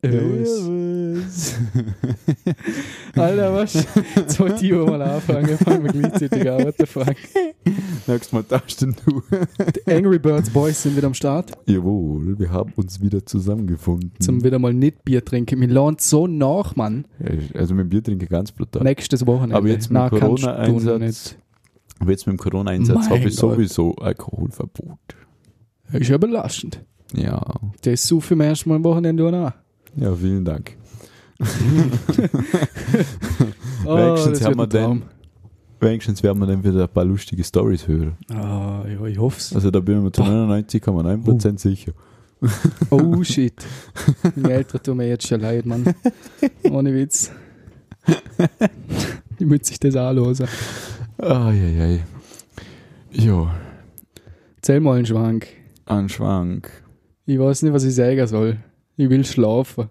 Elvis. Alter, was? Jetzt wollte ich mal anfangen. Ich fange gleichzeitig an. What the fuck? Nächstes Mal darfst denn du. Die Angry Birds Boys sind wieder am Start. Jawohl, wir haben uns wieder zusammengefunden. Zum wieder mal nicht Bier trinken. Mir lohnt so nach, Mann. also mit dem Bier trinke ich ganz brutal. Nächstes Wochenende. Aber jetzt mit Nein, kannst du Corona-Einsatz- nicht. Aber jetzt mit dem Corona-Einsatz Mein habe ich Gott. sowieso Alkoholverbot. Ist ja belastend. Ja. Das suche ich mir erst mal am Wochenende an. Ja, vielen Dank. Oh, Wenigstens das haben wird ein wir Traum. Wenigstens werden wir dann wieder ein paar lustige Stories hören. Ah, ja, ich hoff's. Also da bin ich mir zu 99,9% Uh. sicher. Oh shit. Meine Eltern tun mir jetzt schon leid, Mann. Ohne Witz. Die müssen sich das anhören. Eieiei. Jo, Zähl mal einen Schwank. ein Schwank. Ich weiß nicht, was ich sagen soll. Ich will schlafen.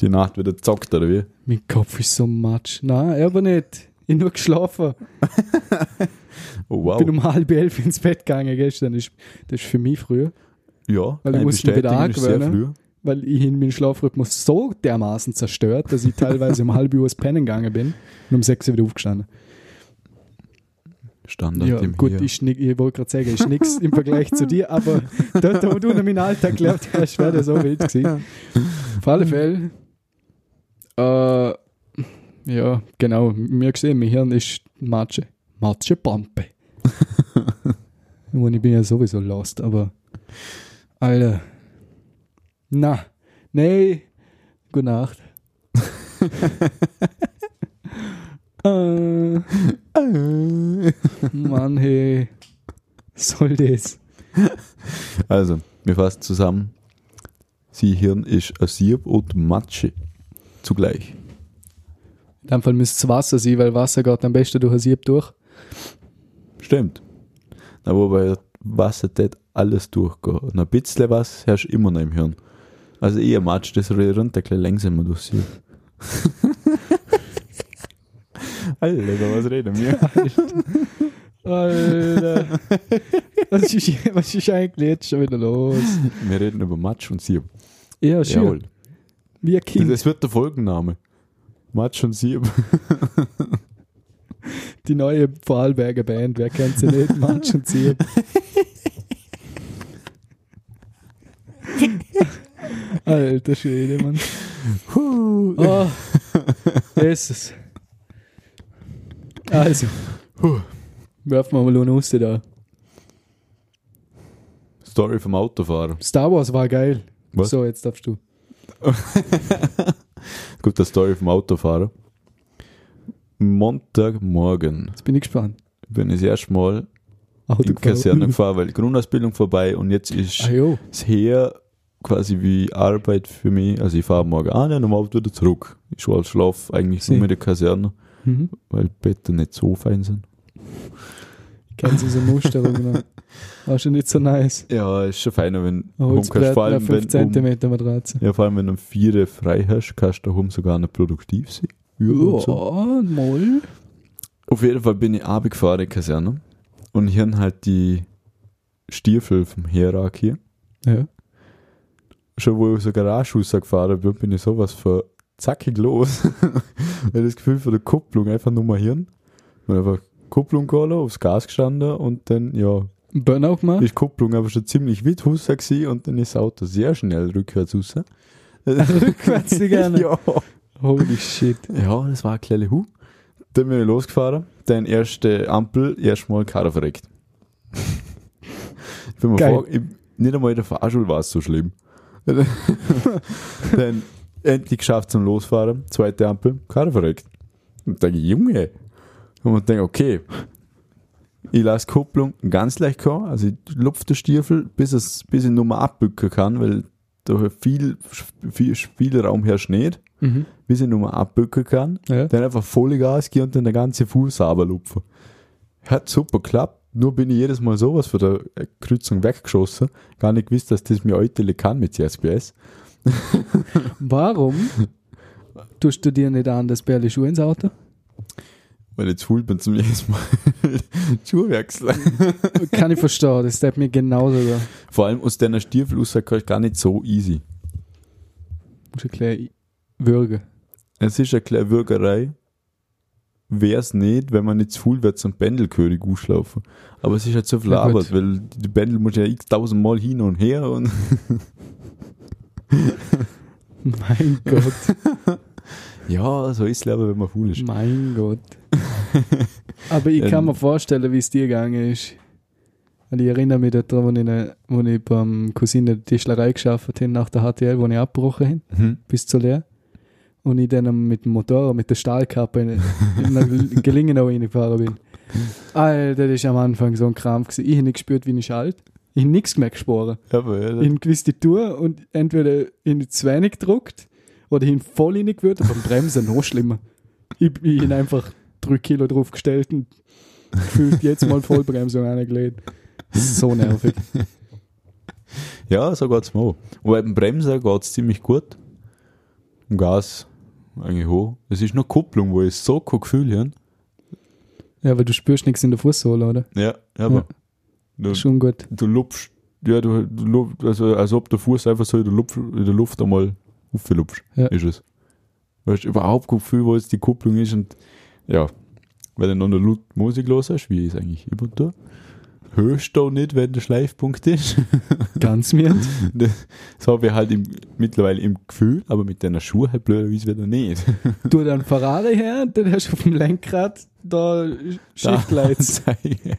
Die Nacht wieder zockt, oder wie? Mein Kopf ist so matsch. Nein, aber nicht. Ich nur geschlafen. Oh, Ich wow. bin um halb elf ins Bett gegangen gestern. Das ist, das ist für mich früher, Ja, Weil du nein, musst ihn wieder ne? bestätigen ist sehr angewöhnen. weil ich in meinen Schlafrhythmus so dermaßen zerstört, dass ich teilweise um halb Uhr ins Pennen gegangen bin und um sechs Uhr wieder aufgestanden. früh. Standard Ja, im gut, Hier. ich, schnick- ich wollte gerade sagen, ist nichts im Vergleich zu dir, aber dort, wo du in meinen Alltag gelebt hast, wäre das so wild gewesen. Auf alle Fälle, äh, ja, genau, mir gesehen, mein Hirn ist Matsche. Matschepampe. ich meine, ich bin ja sowieso lost, aber, Alter, na, nee, gute Nacht. äh, Mann, hey. Soll das? Also, wir fassen zusammen. Sie Hirn ist ein Sieb und Matsche. Zugleich. In dem Fall müsste es Wasser sein, weil Wasser geht am besten durch ein Sieb durch. Stimmt. Na, wobei Wasser tät alles durchgehen. Und ein bisschen was herrscht immer noch im Hirn. Also eher Matsch, das rennt ein bisschen langsamer durch sie. Alter, was reden wir? Alter. was, ist, was ist eigentlich jetzt schon wieder los? Wir reden über Matsch und Sieb. Ja, schön. Jawohl. Wie ein Kind. Das wird der Folgenname. Matsch und Sieb. Die neue Vorarlberger Band. Wer kennt sie nicht? Matsch und Sieb. Alter Schwede, Mann. Oh, Jesus. Also, Huh. werfen wir mal einen raus da. Story vom Autofahrer. Star Wars war geil. Was? So, jetzt darfst du. Gut, der Story vom Autofahrer. Montagmorgen Jetzt bin ich gespannt. bin ich das erste Mal Auto in die Kaserne gefahren, weil Grundausbildung vorbei und jetzt ist Ah, jo. das Heer quasi wie Arbeit für mich. Also ich fahre morgen an und am Abend wieder zurück. Ich war als Schlaf eigentlich Sie. nur mit der Kaserne, Mhm. weil Betten nicht so fein sind. Kennen Sie so Muster, genau. War schon nicht so nice. Ja, ist schon feiner, wenn Ein du kannst, vor Holzbrett, allem, 5 wenn um, cm Matratze. ja, vor allem wenn du um vier frei hast, kannst du daheim sogar noch produktiv sein. Ja, und so. Ja, Moll. Auf jeden Fall bin ich abgefahren in die Kaserne und hier haben halt die Stiefel vom Herak hier. Ja. schon wo ich aus der Garage rausgefahren bin, bin ich sowas von zackig los. ich habe das Gefühl von der Kupplung einfach nur mal Hirn. Und einfach Kupplung geholt, aufs Gas gestanden und dann, ja, Burnout gemacht? ist die Kupplung aber schon ziemlich weit raus gewesen und dann ist das Auto sehr schnell rückwärts raus. Rückwärts die gerne. ja. Holy shit. ja, das war eine kleine Hu. Dann bin ich losgefahren, dann erste Ampel, erstmal Karre verreckt. ich bin mir Geil. vor, ich, nicht einmal in der Fahrschule war es so schlimm. dann endlich geschafft zum Losfahren, zweite Ampel, Karre verreckt. Und denke ich, Junge. Und man denkt, okay, ich lasse Kupplung ganz leicht kommen, also ich lupfe den Stiefel, bis, es, bis ich nochmal abbücken kann, weil da halt viel, viel Spielraum herrscht nicht Mhm. bis ich nochmal abbücken kann, Ja. dann einfach volle Gas gehen und dann der ganze Fuß runterlupfen. Hat super geklappt, nur bin ich jedes Mal sowas von der äh, Kreuzung weggeschossen, gar nicht gewusst, dass das mir heute kann mit CSPS. Warum tust du dir nicht an, das Bärli Schuhe ins Auto? Weil jetzt holt man zum ersten Mal Schuhwechsel. Kann ich verstehen, das steht mir genauso da. Vor allem aus deiner Stiefel raus kannst du gar nicht so easy. Muss ich gleich würgen. Es ist eine kleine Würgerei. Wär's nicht, wenn man nicht zu viel wird zum Pendelkönig auslaufen. Aber es ist halt so viel Na gut. Arbeit, weil die Pendel muss ja x tausend Mal hin und her und Mein Gott, ja, so ist es aber, wenn man faul Mhm. ist. mein Gott. Aber ich kann Ähm. mir vorstellen, wie es dir gegangen ist. Und ich erinnere mich daran, wo ich, ne- wo ich beim Cousin in der Tischlerei geschafft habe, nach der HTL, wo ich abgebrochen habe. Mhm. bis zur Lehr. Und ich dann mit dem Motor, mit der Stahlkappe in, in einer Gelingenau reingefahren bin. Alter, das ist am Anfang so ein Krampf. Gewesen. Ich habe nicht gespürt, wie ich schalt. Ich habe nichts mehr gespürt. Aber Ich habe gewusst, die Tour und entweder in zu wenig gedruckt oder hin voll reingewürt, aber beim Bremsen noch schlimmer. Ich, ich habe einfach drei Kilo draufgestellt und gefühlt jetzt mal Vollbremsung reingelegt. So nervig. Ja, so geht's mir auch. Wobei beim Bremser geht's ziemlich gut. Im Gas eigentlich auch. Es ist nur Kupplung, wo ich so kein Gefühl habe. Ja, weil du spürst nichts in der Fußsohle, oder? Ja, aber Du, Schon gut. du lupfst, ja, du, du lupfst, also als ob der Fuß einfach so in der Luft, in der Luft einmal aufgelupfst, Ja. ist es. Weißt du, überhaupt kein Gefühl, wo jetzt die Kupplung ist und ja, wenn du noch eine Lut Musik los hast, wie ich es eigentlich immer tue, hörst du auch nicht, wenn der Schleifpunkt ist. Ganz mir. Das habe ich halt im, mittlerweile im Gefühl, aber mit deiner Schuhe halt blöderweise wieder nicht. du dann Ferrari her und dann hast du auf dem Lenkrad da Schichtlights. Anzeige.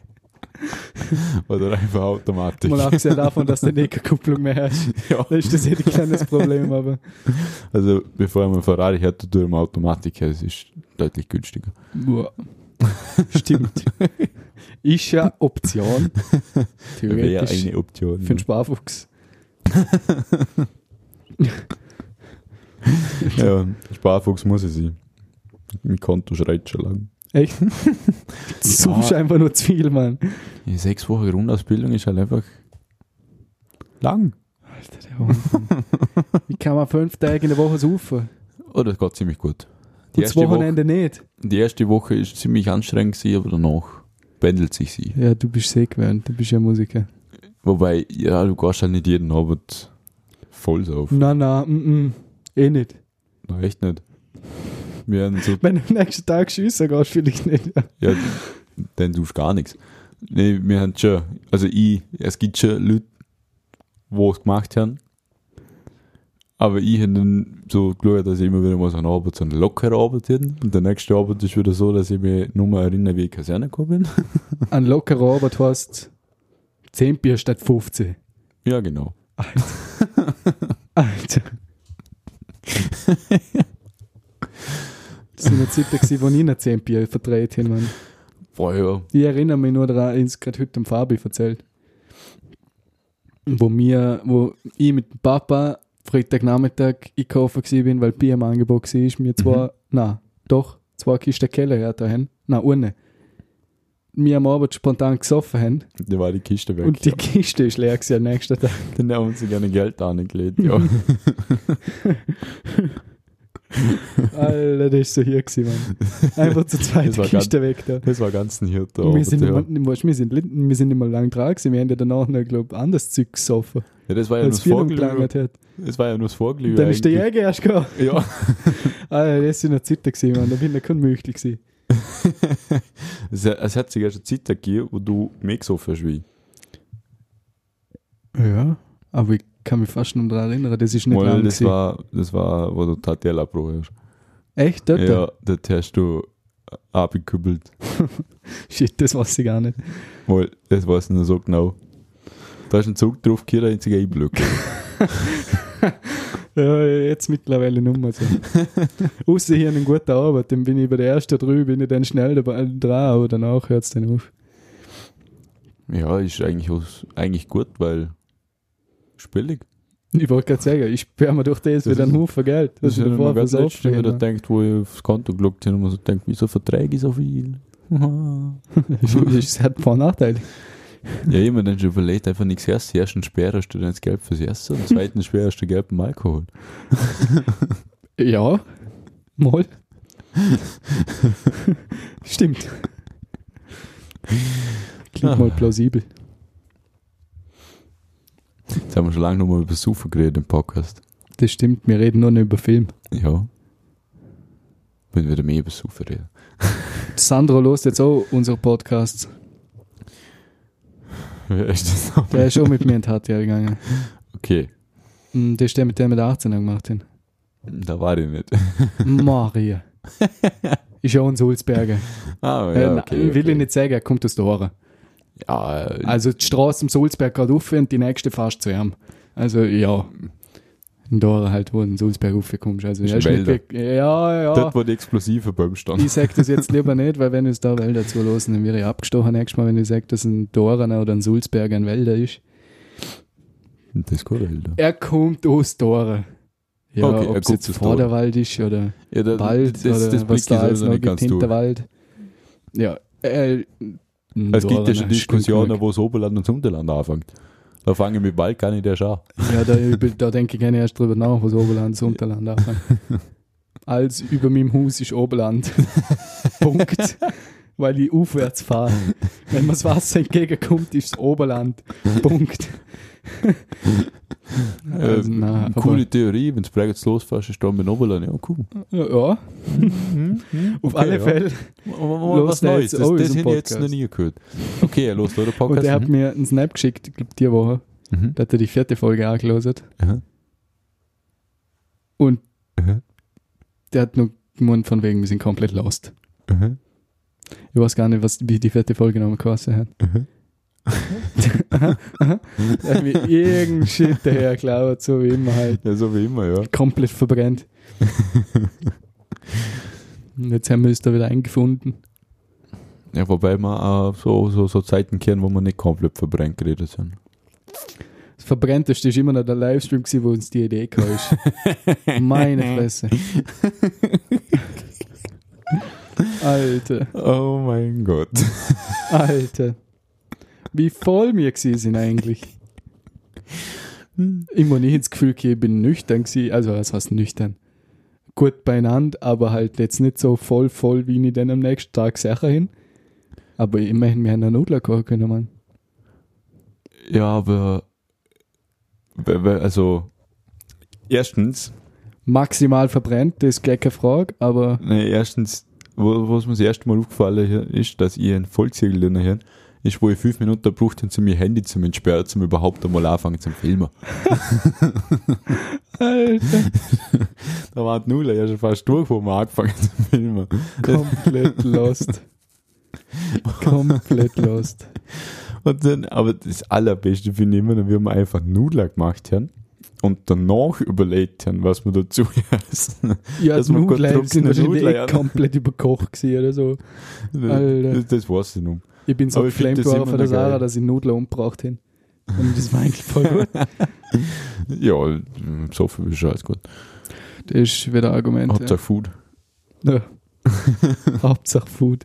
Oder einfach automatisch. Mal abgesehen davon, dass du nicht keine Kupplung mehr hast. Ja. Dann ist das eh ein kleines Problem, aber Also bevor man Ferrari hatte, tue ich mal Automatik her. Das ist deutlich günstiger. boah. stimmt. Ist ja Option. Wäre Theoretisch. eine Option. Für einen Sparfuchs. Ja, Sparfuchs muss ich sein. Mein Konto schreit schon lang. Echt? Suchst einfach nur zu viel, Mann. Die sechs Wochen Grundausbildung ist halt einfach lang. Alter, der Hund. Wie kann man fünf Tage in der Woche saufen? Oh, das geht ziemlich gut. Die Und das erste, Woche, Wochenende nicht. die erste Woche ist ziemlich anstrengend gewesen, aber danach pendelt sich sie. Ja, du bist sehr gewöhnt. Du bist ja Musiker. Wobei, ja, du gehst halt nicht jeden Abend voll auf. Na, na, mm, mm. eh nicht. Nein, echt nicht. Wir haben so, Wenn du am nächsten Tag schiessen gehst, vielleicht nicht. ja, dann tust du gar nichts. Nee, wir haben schon, also ich, es gibt schon Leute, die es gemacht haben. Aber ich habe dann so geschaut, dass ich immer wieder mal so einen Abend, so einen lockeren Abend hätte. Und der nächste Abend ist wieder so, dass ich mich nur mal erinnere, wie ich Kaserne gekommen bin. Ein lockerer Arbeit hast 10 Bier statt 15. Ja, genau. Alter. Das sind eine Zeit, gewesen, wo ich noch 10 Bier verdreht habe. Mann. Boah, ja. Ich erinnere mich nur daran, ich habe es gerade heute dem Fabi erzählt. Wo, mir, wo ich mit dem Papa Freitagnachmittag einkaufen gewesen bin, weil Bier im Angebot war, mir zwei, na, doch, zwei Kisten Keller her dahin, na, ohne. Wir am Abend spontan gesoffen haben. Da war die Kiste weg. Und die Kiste ist leer gewesen am nächsten Tag. dann haben sie gerne Geld angelegt. Ja. Alter, das ist so hier gewesen, Mann. Einfach zur zweiten Das war Kiste weg da. Das war ganz ein Hirte. Und Wir sind, ja. immer, weißt, du, wir, sind, lit- wir sind nicht mal lang dran gewesen. Wir haben ja danach noch, glaub ich, anderes Zeug gesoffen, ja, das war ja nur als das viel noch Vorglühen. gelangt hat. Das war ja nur das Vorglühen. Dann ist der eigentlich. Jäger erst gegangen. Ja. Alter, das sind noch Zitter gewesen, Mann. Da bin ich noch kein Möchtel gewesen. Es, es hat sich ja schon Zeit gegeben, wo du mehr gesoffen hast wie ich. Ja, aber ich kann mich fast noch daran erinnern. Das ist nicht Mal, lang das gewesen. war, das war, wo du Tatiella probiert hast. Echt, dort? Ja, das hast du abgekübelt. Shit, das weiß ich gar nicht. Mal, das weiß ich noch so genau. Da ist ein Zug drauf, Kira in sich einblöckt. Ja, jetzt mittlerweile nicht mehr so. Außer hier einen guten Arbeit, dann bin ich bei der ersten drei, bin ich dann schnell dabei, dran, aber danach hört es dann auf. Ja, ist eigentlich, aus- eigentlich gut, weil ist billig. Ich wollte gerade sagen, ich sperre mir durch das, Das wieder ist- einen Haufen Geld. Das was ist ich immer davor ganz versorgt letzte, wenn habe. man denkt, wo ich aufs Konto geschaut habe und man so denkt, wieso verträge ich so viel? ja, Das hat ein paar Nachteile. ich hab mir dann schon überlegt, einfach nichts erst. Erstens sperrst du dann das Geld fürs Erste und zweitens sperrst du Geld beim Alkohol. Ja, mal. Stimmt. Klingt Ah. mal plausibel. Jetzt haben wir schon lange nochmal über Sufen geredet im Podcast. Das stimmt, wir reden nur noch über Film. Ja. Wenn wir mehr über Sufen reden. Sandro lost jetzt auch unsere Podcasts. Wer ist das noch? Der ist auch mit mir in die HTL gegangen. Okay, Mm, Das ist der, mit dem mit 18 gemacht hat. da war ich nicht. Maria. Ist ja auch ein Sulzberger. Ah, Äh, ja, na, okay. Will okay. ich nicht sagen, er kommt aus der Haare. Ja, äh, Also die Straße im Sulzberg geht auf und die nächste fährst zu ihm. Also ja. In der Haare halt, wo du in Sulzberg raufkommst. Also, Ist er ist ein nicht Wälder. wirklich- ja, ja. dort, wo die explosive Bäume standen. Ich sag das jetzt lieber nicht, weil wenn uns da Wälder zulassen, dann wäre ich abgestochen nächstes Mal, wenn ich sage, dass ein Dorener oder ein Sulzberger ein Wälder ist. Das halt, ist gut, Alter. Er kommt aus Dore. Ja, Okay, er ob es kommt jetzt aus Dore. Vorderwald ist oder Ja, da, Wald oder was da also alles noch gibt, Hinterwald. Ja, äh, ein Es gibt Dorener ja schon ist gut Diskussionen, genug. wo das Oberland und das Unterland anfängt. Da fangen wir mit Wald gar nicht erst an. Ja, da, über- da denke ich gerne erst drüber nach, was Oberland das Unterland anfängt. Als über meinem Haus ist Oberland. Punkt. Weil ich aufwärts fahre. Wenn mir das Wasser entgegenkommt, ist es Oberland. Punkt. Also, Ähm, na, aber- coole Theorie, wenn du jetzt losfährst, ist dann mit Oberland. Ja, cool. Ja, Mhm, auf Okay, alle ja. Fälle. Was, Los, was der Neues, jetzt das, auch das ist ein hätte ich jetzt Podcast. noch nie gehört. Okay, los, oder Und Podcast. ne? der hat mir einen Snap geschickt, ich glaube, die Woche. Mhm. Da hat er die vierte Folge angelassen. Aha. Und Aha. der hat nur gemeint, von wegen, wir sind komplett lost. Aha. Ich weiß gar nicht, was, wie die vierte Folge nochmal geheißen hat. Aha. Aha, aha. Da hab ich irgendeinen Shit daher geklaut, so wie immer halt. Ja, so wie immer, ja. Komplett verbrennt. Und jetzt haben wir uns da wieder eingefunden. Ja, wobei wir äh, so, so, so Zeiten kennen, wo wir nicht komplett verbrennt geredet sind. Das Verbrennteste ist immer noch der Livestream gewesen, wo uns die Idee kam. Meine Fresse. Alter, Oh mein Gott. Alter. Wie voll wir gewesen sind eigentlich. Immer nicht das Gefühl, gehabt, ich bin nüchtern gewesen. Also, was heißt nüchtern? Gut beieinander, aber halt jetzt nicht so voll, voll, wie ich dann am nächsten Tag sicher hin. Aber immerhin, wir haben einen Nudler kochen können, Mann. Ja, aber. weil- weil- Also. Erstens, Maximal verbrennt, das ist gleich keine Frage, aber nee, erstens, wo, was mir das erste Mal aufgefallen ist, dass ich einen Vollzirkel drin habe, ist, wo ich fünf Minuten braucht, um mein Handy zum Entsperren, zum überhaupt einmal anfangen zum Filmen. Alter, Da war die Nuller ja schon fast durch, wo wir angefangen haben zu filmen. komplett lost. komplett lost. Und dann, aber das Allerbeste finde ich immer, noch, wie wir einfach Nudler gemacht haben und danach überlegt haben, was wir dazu essen. Ja, Dass die man gut Nudler sind trockene wahrscheinlich Nudler, ja. eh komplett überkocht gewesen oder so. Alter. Das, das weiß ich noch. Ich bin so Aber ich find geflammt das worden immer von der noch geil. Sarah, dass ich Nudler umgebracht habe. Und das war eigentlich voll gut. Ja, so viel ist schon alles gut. Das ist wieder ein Argument. ja. Hauptsache Food. Ja. Hauptsache Food.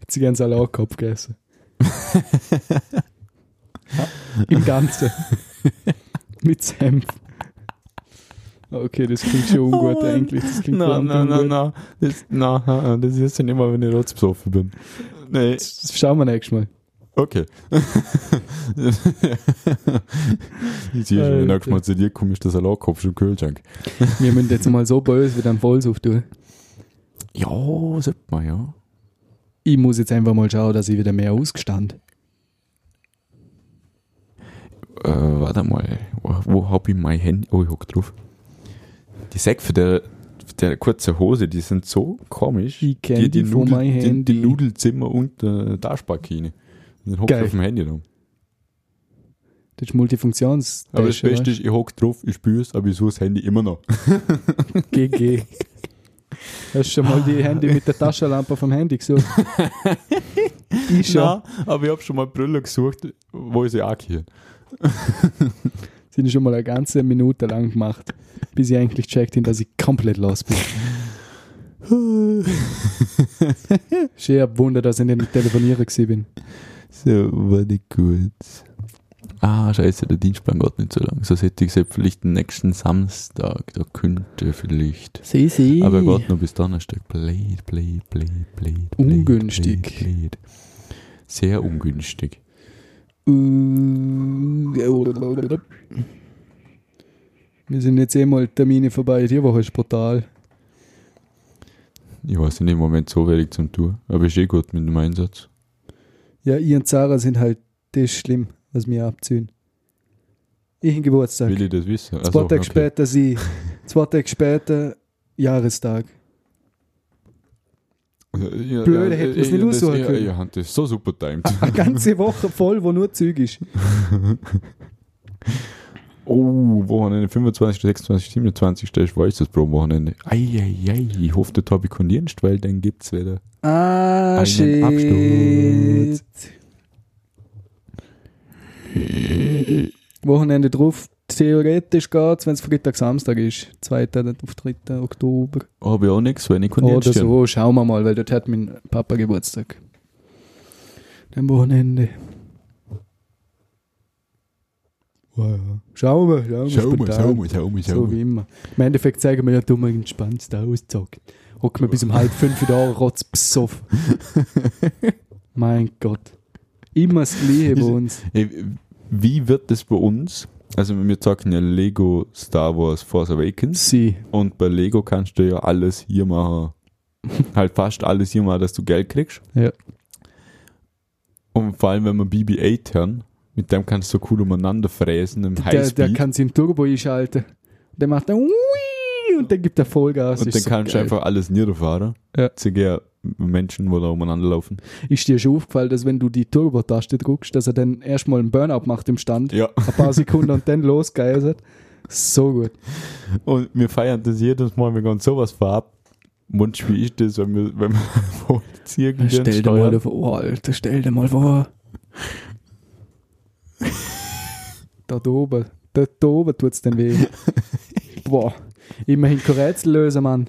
Hat sie gern Salatkopf gegessen. Ja, Im Ganzen. Mit Senf. Okay, das klingt schon ungut Oh Mann. eigentlich. Das klingt Nein, verdammt nein, ungut. nein, nein. Das, nein, nein, das ist ja nicht mal, wenn ich rot besoffen bin. Nee, Das schauen wir nächstes Mal. okay. ich sehe schon, wenn Alter. ich mal zu dir komme, ist der Salatkopf schon im Kühlschrank. Wir müssen jetzt mal so böse wieder einen Volls auftun. Ja, sagt man, ja. Ich muss jetzt einfach mal schauen, dass ich wieder mehr ausgestand. Äh, warte mal, wo, wo hab ich mein Handy? Oh, ich hock drauf. Die Säcke der, der kurze Hose, die sind so komisch. Ich kenn die, die, die von mein die, Handy. die Nudelzimmer und äh, Taschbarkine. Und dann hock ich Geil. auf dem Handy rum. Das ist Multifunktions. Aber das Beste ist, ich hock drauf, ich spür's, aber ich suche das Handy immer noch. GG. Hast du schon mal die Handy mit der Taschenlampe vom Handy gesucht? ich schon. Nein, aber ich hab schon mal Brille gesucht, wo ich sie angehört. Sind schon mal eine ganze Minute lang gemacht, bis ich eigentlich checkt hin, dass ich komplett los bin. Schön hab Wunder, dass ich nicht telefonieren gewesen bin. So, war nicht gut. Ah, scheiße, der Dienstplan geht nicht so lang. Sonst hätte ich gesagt, vielleicht den nächsten Samstag. Da könnte vielleicht. Sie, sie. Aber er geht noch bis Donnerstag. Blade, blade, blade, blade. Ungünstig. Blade, blade. Sehr ungünstig. Äh, Wir sind jetzt eh mal Termine vorbei. Die Woche ist brutal. Ich weiß nicht, im Moment so wenig zum Tour. Aber ist eh gut mit dem Einsatz. Ja, ich und Sarah sind halt, das ist schlimm, was wir abziehen. Ich einen Geburtstag. Will ich das wissen? Zwei Tage okay. später sie. Zwei Tage später Jahrestag. Ja, Blöde, ja, hätten wir's ja, nicht das- aussuchen ja, können. Ja, das ist so super timed. Eine ganze Woche voll, wo nur Zeug ist. Oh, Wochenende 25., 26., 27. ist weißes pro Wochenende. Eieiei, ich hoffe, dort habe ich keinen Dienst, weil dann gibt's wieder. Ah, Einen shit. Wochenende drauf. Theoretisch geht's, wenn es Freitag, Samstag ist. 2. auf 3. Oktober. Habe ich auch nichts, weil ich keinen Oder Dienst habe. so, schauen wir mal, weil dort hat mein Papa Geburtstag. Am Wochenende. Schauen wir, schauen wir. spontan. schau mal, So wie immer. Im Endeffekt zeigen wir ja, du mal entspannt da auszockt. Hocken wir bis um halb fünf da, rotz besoff. mein Gott. Immer das Gleiche bei Ist- uns. Ey, Wie wird das bei uns? Also wir zocken ja Lego Star Wars Force Awakens Sie. und bei Lego kannst du ja alles hier machen. halt fast alles hier machen, dass du Geld kriegst. Ja. Und vor allem, wenn wir BB-8 hören, mit dem kannst du so cool umeinander fräsen im Der, Highspeed. der kann sie im Turbo einschalten. Der macht dann Ui! und dann gibt er Vollgas. und Ist dann so kannst du geil. einfach alles niederfahren. Ja. Sogar Menschen, wo da umeinander laufen. Ist dir schon aufgefallen, dass wenn du die Turbo-Taste drückst, dass er dann erstmal einen Burnout macht im Stand, Ja. ein paar Sekunden und dann losgeisert? So gut. Und wir feiern das jedes Mal, wenn wir uns sowas verab. Mensch, wie ist das, wenn wir, wenn wir wo jetzt irgendwie Stell dir steuern? mal vor, Alter, stell dir mal vor. da oben, da oben tut's den weh. Boah, immerhin kein Rätsel lösen, Mann.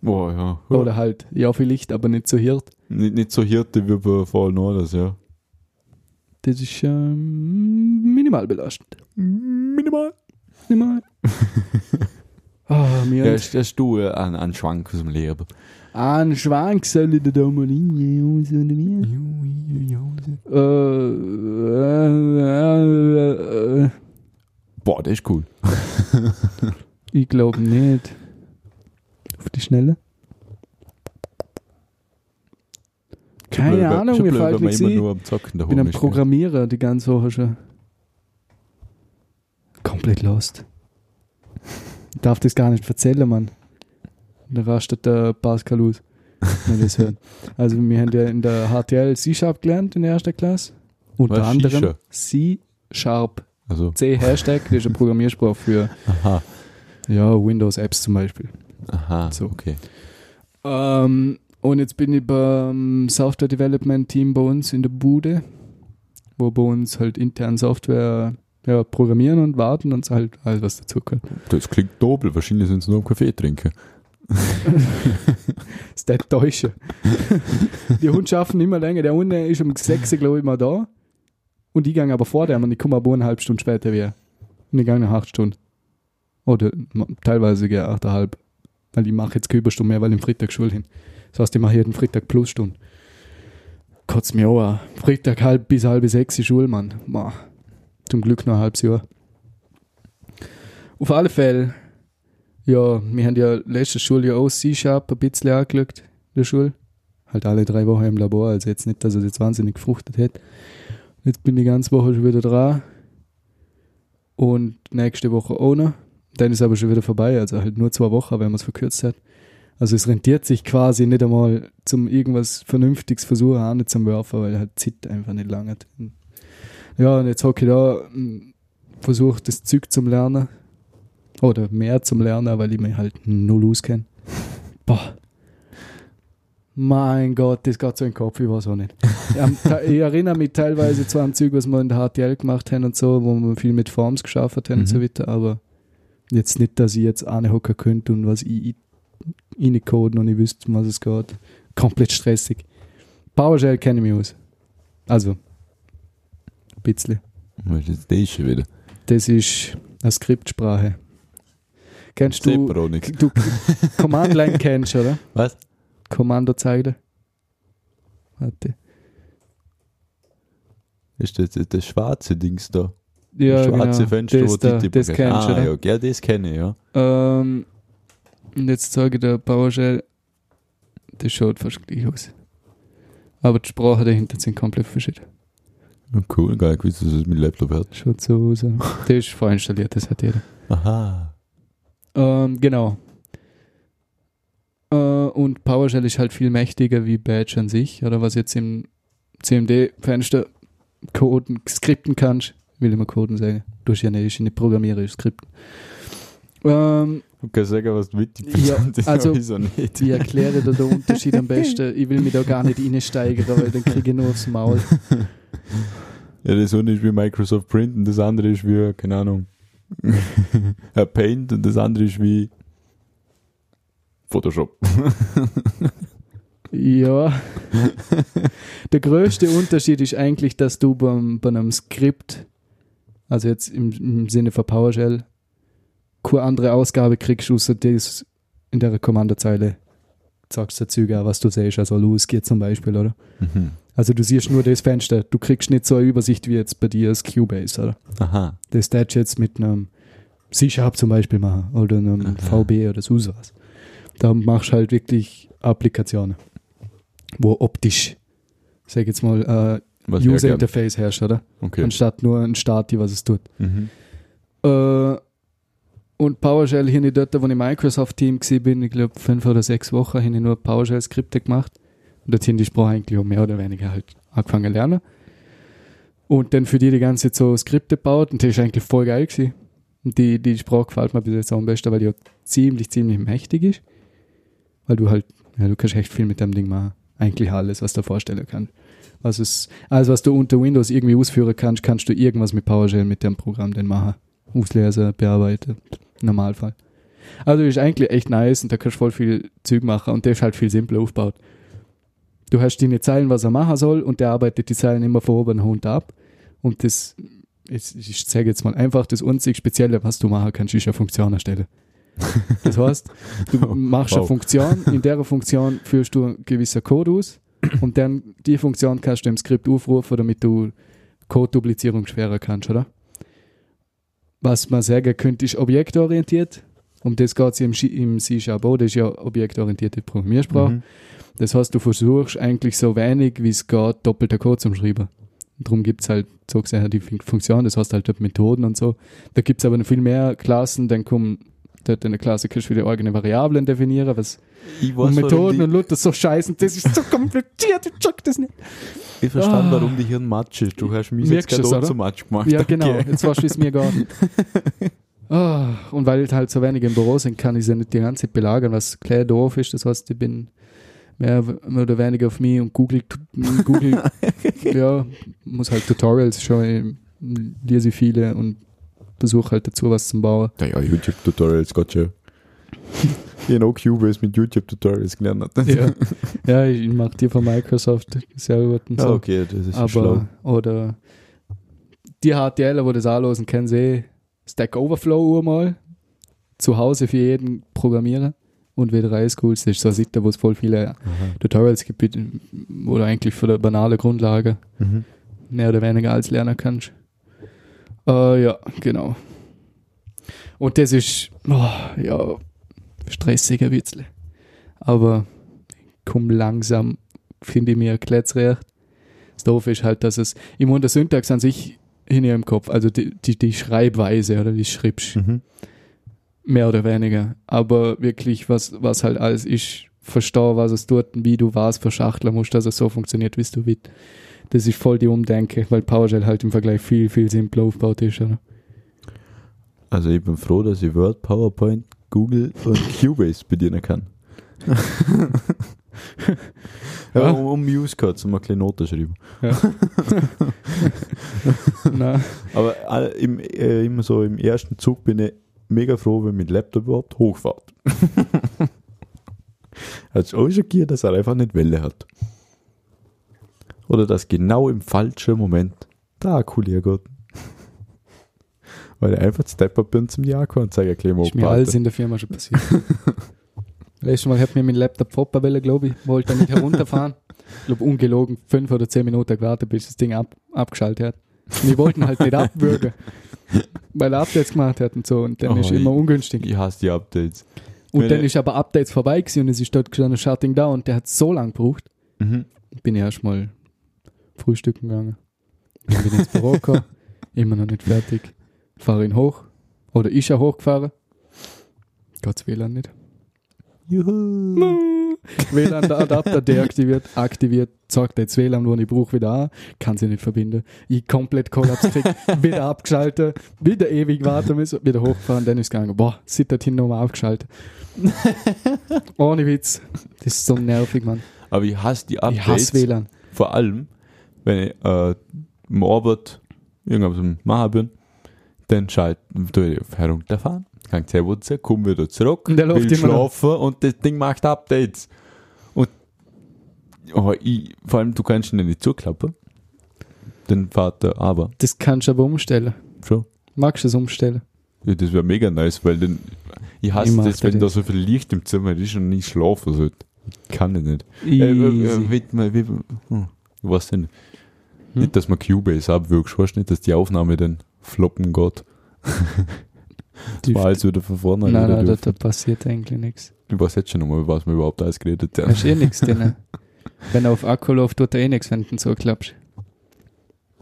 Boah, ja. Oder halt, ja, vielleicht, aber nicht so hirt. Nicht, nicht so Hirte wie bei Fallen Orders, ja. Das ist ähm, minimal belastend. Minimal. Minimal. Ah, mir Ja, und- hast, hast du äh, einen, einen Schwank aus dem Leben. Ein Schwank soll ich dir da mal rein, Jungs und mir. Äh, äh, äh, äh, Boah, das ist cool. ich glaube nicht. Auf die Schnelle. Keine Blöd, wenn- Ahnung, schon mir blöd, fällt wenn man nichts immer ein. nur am Zocken Ich daheim bin ein ist, gell? Programmierer die ganze Woche schon. Komplett lost. Ich darf das gar nicht erzählen, Mann. Da rastet der Pascal aus, wenn wir das hören. Also wir haben ja in der HTL C-Sharp gelernt in der ersten Klasse. Unter Was? anderem C-Sharp. Also, C-Hashtag, das ist eine Programmiersprache für aha, ja, Windows-Apps zum Beispiel. aha, So. okay. Ähm, und jetzt bin ich beim Software Development Team bei uns in der Bude, wo bei uns halt intern Software ja, programmieren und warten und so halt alles, was dazu gehört. Das klingt doppelt, wahrscheinlich sind sie nur am Kaffee trinken. Das ist der Täusche. die Hunde schaffen immer länger. Der Hund ist um 6 Uhr, glaube ich, mal da. Und ich gehe aber vor dem und ich komme aber eineinhalb Stunden später wieder. Und ich gehe nach acht Stunden. Oder m- teilweise sogar 8,5. Weil ich mache jetzt keine Überstunden mehr, weil ich am Freitag Schule hin. Das heißt, ich mache jeden Freitag plus Stunden. Kotzt mir auch an. Freitag halb bis halb sechs ist Schule, Mann. Ma. Zum Glück noch ein halbes Jahr. Auf alle Fälle ja, wir haben ja letztes Schuljahr auch C-Sharp ein bisschen angeschaut in der Schule. Halt alle drei Wochen im Labor, also jetzt nicht, dass es jetzt wahnsinnig gefruchtet hätte. Jetzt bin ich die ganze Woche schon wieder dran. Und nächste Woche auch noch. Dann ist aber schon wieder vorbei, also halt nur zwei Wochen, wenn man es verkürzt hat. Also es rentiert sich quasi nicht einmal zum irgendwas Vernünftiges versuchen, auch nicht zum Werfen, weil halt Zeit einfach nicht lang hat. Ja, und jetzt hocke ich da, hm, versuche das Zeug zum Lernen oder mehr zum Lernen, weil ich mich halt null auskenne. Boah. Mein Gott, das geht so in den Kopf, ich weiß auch nicht. Am Te- Ich erinnere mich teilweise zwar an Züge, was wir in der HTL gemacht haben und so, wo wir viel mit Forms geschafft haben und so Mhm. weiter, aber jetzt nicht, dass ich jetzt eine hocken könnte und was ich reincoden und ich wüsste, um was es geht. Komplett stressig. PowerShell kenne ich mich aus. Also, ein bisschen. Was ist das schon wieder? Das ist eine Skriptsprache. Kennst du, Zebranik. du Command Line kennst, oder? Was? Kommandozeile. Warte. Ist das, das, das schwarze Dings da? Ja, das schwarze genau. Fenster, das, da, Tipp- das kennst du, ah, oder? ja, gell, das kenne ich, ja. Ähm, und jetzt zeige ich dir PowerShell. Das schaut fast gleich aus. Aber die Sprache dahinter sind komplett verschieden. Ja, Cool, geil, ich wusste, dass es mein Laptop hat. Das schaut so aus. oder? das ist vorinstalliert, das hat jeder. Aha. Ähm, genau. Äh, und PowerShell ist halt viel mächtiger wie Badge an sich, oder was jetzt im CMD-Fenster coden, skripten kannst. Will immer coden sagen. Du hast ja nicht, ich nicht programmiere, ich skripten. Ähm, Du kannst sagen, was mit die Ja, Person, das also- hab ich so nicht. Ich erkläre da den Unterschied am besten. Ich will mich da gar nicht reinsteigen, weil dann kriege ich nur aufs Maul. Ja, das eine ist wie Microsoft Print und das andere ist wie, keine Ahnung, ein Paint und das andere ist wie Photoshop. Ja. Der größte Unterschied ist eigentlich, dass du beim, bei einem Skript, also jetzt im, im Sinne von PowerShell, keine andere Ausgabe kriegst, außer das in der Kommandozeile sagst du Züge, was du siehst, also los geht zum Beispiel, oder? Also du siehst nur das Fenster, du kriegst nicht so eine Übersicht wie jetzt bei dir als Cubase, oder? Aha. das darfst du jetzt mit einem C-Sharp zum Beispiel machen oder einem Aha. VB oder so was. Da machst du halt wirklich Applikationen, wo optisch, sag jetzt mal, Was äh, wär User gern? Interface herrscht, oder? Okay. Anstatt nur ein Stati, was es tut. Mhm. Äh, und PowerShell hier nicht dort, wo ich Microsoft-Team gewesen bin, ich glaube fünf oder sechs Wochen, habe ich nur PowerShell-Skripte gemacht. Und dort habe ich die Sprache eigentlich auch mehr oder weniger halt angefangen zu lernen. Und dann für die die ganze Zeit so Skripte gebaut und das ist eigentlich voll geil gewesen. Und die, die Sprache gefällt mir bis jetzt auch am besten, weil die auch ziemlich, ziemlich mächtig ist. Weil du halt, ja, du kannst echt viel mit dem Ding machen. Eigentlich alles, was du dir vorstellen kannst. Was es, alles, was du unter Windows irgendwie ausführen kannst, kannst du irgendwas mit PowerShell mit dem Programm dann machen auslesen, bearbeiten. Im Normalfall. Also ist eigentlich echt nice und da kannst du voll viel Zeug machen und der ist halt viel simpler aufgebaut. Du hast deine Zeilen, was er machen soll und der arbeitet die Zeilen immer von oben nach unten ab. Und das, ist, ich sage jetzt mal einfach, das einzig Spezielle, was du machen kannst, ist eine Funktion erstellen. Das heißt, du machst eine wow. Funktion, in der Funktion führst du einen gewissen Code aus und dann die Funktion kannst du im Skript aufrufen, damit du Code-Duplizierung schwerer kannst, oder? was man sagen könnte, ist objektorientiert. Um das geht es im, Schi- im C-Sharp auch. Das ist ja objektorientierte Programmiersprache. Mhm. Das heißt, du versuchst eigentlich so wenig, wie es geht, doppelter Code zum Schreiben. Darum gibt es halt so gesehen die Fun- Funktion, das heißt halt dort Methoden und so. Da gibt es aber noch viel mehr Klassen, dann kommen dort in der Klasse kannst du wieder eigene Variablen definieren, was Ich und weiß, warum Methoden die, und Luther so scheißen, das ist so kompliziert, ich check das nicht. ich verstand, Ah. warum die Hirnmatsch ist. Du hast mich Merkst jetzt es, gerade auch oder? zum Matsch gemacht. Ja, genau. Okay. Jetzt weißt du, wie es mir geht. Ah, und weil halt so wenige im Büro sind, kann ich sie nicht die ganze Zeit belagern, was klar doof ist. Das heißt, ich bin mehr oder weniger auf mich und Google, Google ja, muss halt Tutorials schon, ich lese viele und versuche halt dazu was zu bauen. Naja, YouTube-Tutorials, gotcha. Ich habe auch Cubase mit YouTube-Tutorials gelernt. Ja, ja ich mache die von Microsoft selber und Ah, so. okay, das ist aber schlau. oder die HTL, wo das anlosen kennen sie eh Stack Overflow Uhr mal zu Hause für jeden Programmierer und W3 Schools das ist so eine Seite, wo es voll viele Aha. Tutorials gibt die- oder eigentlich für eine banale Grundlage Mhm. mehr oder weniger als lernen kannst. Äh, ja, genau. Und das ist oh, ja stressig ein bisschen. Aber komm langsam, finde ich mir erklärt recht. Das Doofe ist halt, dass es, ich meine, der Syntax an sich in ihrem Kopf, also die, die, die Schreibweise oder die Schriibsch, Mhm. mehr oder weniger. Aber wirklich, was, was halt alles ist, verstehe, was es tut und wie du was verschachteln musst, dass es so funktioniert, wie es du willst. Das ist voll die Umdenke, weil PowerShell halt im Vergleich viel, viel simpler aufgebaut ist. Oder? Also ich bin froh, dass ich Word, PowerPoint, Google und Cubase bedienen kann. ja, Ja. um, um Muse gehört, um eine kleine Note zu schreiben. Nein. Aber all- im, äh, immer so im ersten Zug bin ich mega froh, wenn mein Laptop überhaupt hochfährt. Hat es auch schockiert, dass er einfach nicht Welle hat. Oder dass genau im falschen Moment der Akku leer geht. weil ich einfach steppert bin zum Jagdkornzeiger kleben Ist mir alles in der Firma schon passiert. Letztes Mal hat mir mein Laptop Popperbälle, glaube ich, wollte nicht herunterfahren. Ich glaube, ungelogen, fünf oder zehn Minuten gewartet, bis das Ding ab, abgeschaltet hat. Und die wollten halt nicht abwürgen, weil er Updates gemacht hat und so. Und dann Oh, ist immer ich- ungünstig. Ich hasse die Updates. Und wenn dann ich- ist aber Updates vorbei gewesen und es ist dort gestanden Shutting Down. Der hat so lange gebraucht. Mhm. Bin ich erst mal frühstücken gegangen. Dann bin ich ins Büro gekommen, immer noch nicht fertig. Fahre ihn hoch. Oder ist er hochgefahren? Gott WLAN nicht. Juhu. WLAN-Adapter deaktiviert, aktiviert, zeigt jetzt WLAN, wo ich brauche, wieder an, kann sie nicht verbinden. Ich komplett Kollaps krieg, wieder abgeschaltet, wieder ewig warten müssen, wieder hochfahren, dann ist gegangen. Boah, sieht das hin nochmal abgeschaltet. Ohne Witz. Das ist so nervig, Mann. Aber ich hasse die Ich hasse Updates. WLAN. Vor allem, wenn ich äh, im Arbeit irgendwas am machen bin, dann schalten ich auf herunterfahren, kann zerwurzeln, komm wieder zurück, Und der läuft will immer noch. schlafen und das Ding macht Updates. Und oh, ich, vor allem, du kannst ihn ja nicht zuklappen. Dann fährt er aber Das kannst du aber umstellen. schon. Magst du es umstellen? Ja, das wäre mega nice, weil dann, ich hasse Ich mach das, dir wenn da das. so viel Licht im Zimmer ist und ich schlafen sollte. Ich kann das nicht. Äh, äh, äh, Easy. wait mal, wie, hm, ich weiß denn, Hm? nicht, dass man Cubase abwirkst, weißt du nicht, dass die Aufnahme dann floppen geht. Die- War alles wieder von vorne. Nein, wieder nein, da, dürfen. da passiert eigentlich nichts. Ich weiß jetzt schon nochmal, was wir überhaupt alles geredet Da haben. ist eh nichts drin. Wenn er auf Akku läuft, tut er eh nichts, wenn du ihn so klappst.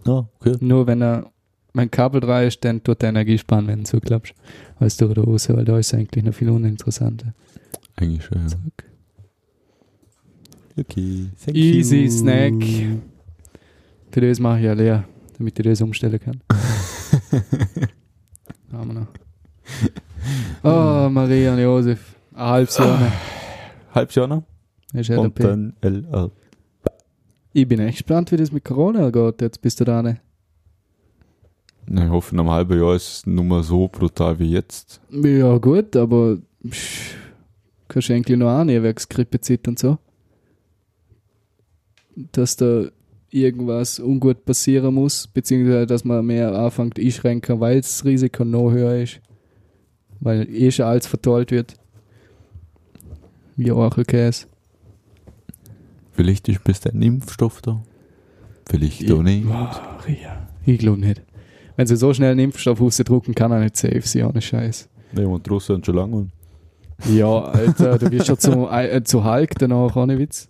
Ja, Ah, okay. Nur wenn er mein Kabel dran ist, dann tut er Energie sparen, wenn du zuklappst. Als du oder Hose, weil da ist eigentlich noch viel uninteressanter. Eigentlich schon, ja. Okay, thank Easy you. Snack. Für das mache ich ja leer, damit ich das umstellen kann. Haben wir noch. Oh, Maria und Josef. Ein halbes Jahr mehr. Halb Jahr noch Ist Ah. und LRP. dann LL. Ich bin echt gespannt, wie das mit Corona geht. Jetzt bist du da ne? Na, Ich hoffe, in einem halben Jahr ist es nicht mehr so brutal wie jetzt. Ja, gut, aber pff, kannst du eigentlich noch annehmen, wegen Grippezeit und so. Dass da irgendwas ungut passieren muss, beziehungsweise dass man mehr anfängt einschränken, weil das Risiko noch höher ist. Weil eh schon alles verteilt wird. Wie Orachelkäse. Vielleicht ist bis dann ein Impfstoff da. Vielleicht auch nicht. Maria. Ich glaube nicht. Wenn sie so schnell einen Impfstoff rausdrucken, kann er nicht safe sein, ohne Scheiß. Ja, und die Russen sind schon lange. und- Ja, Alter, du bist ja zu, äh, zu Hulk danach, ohne Witz.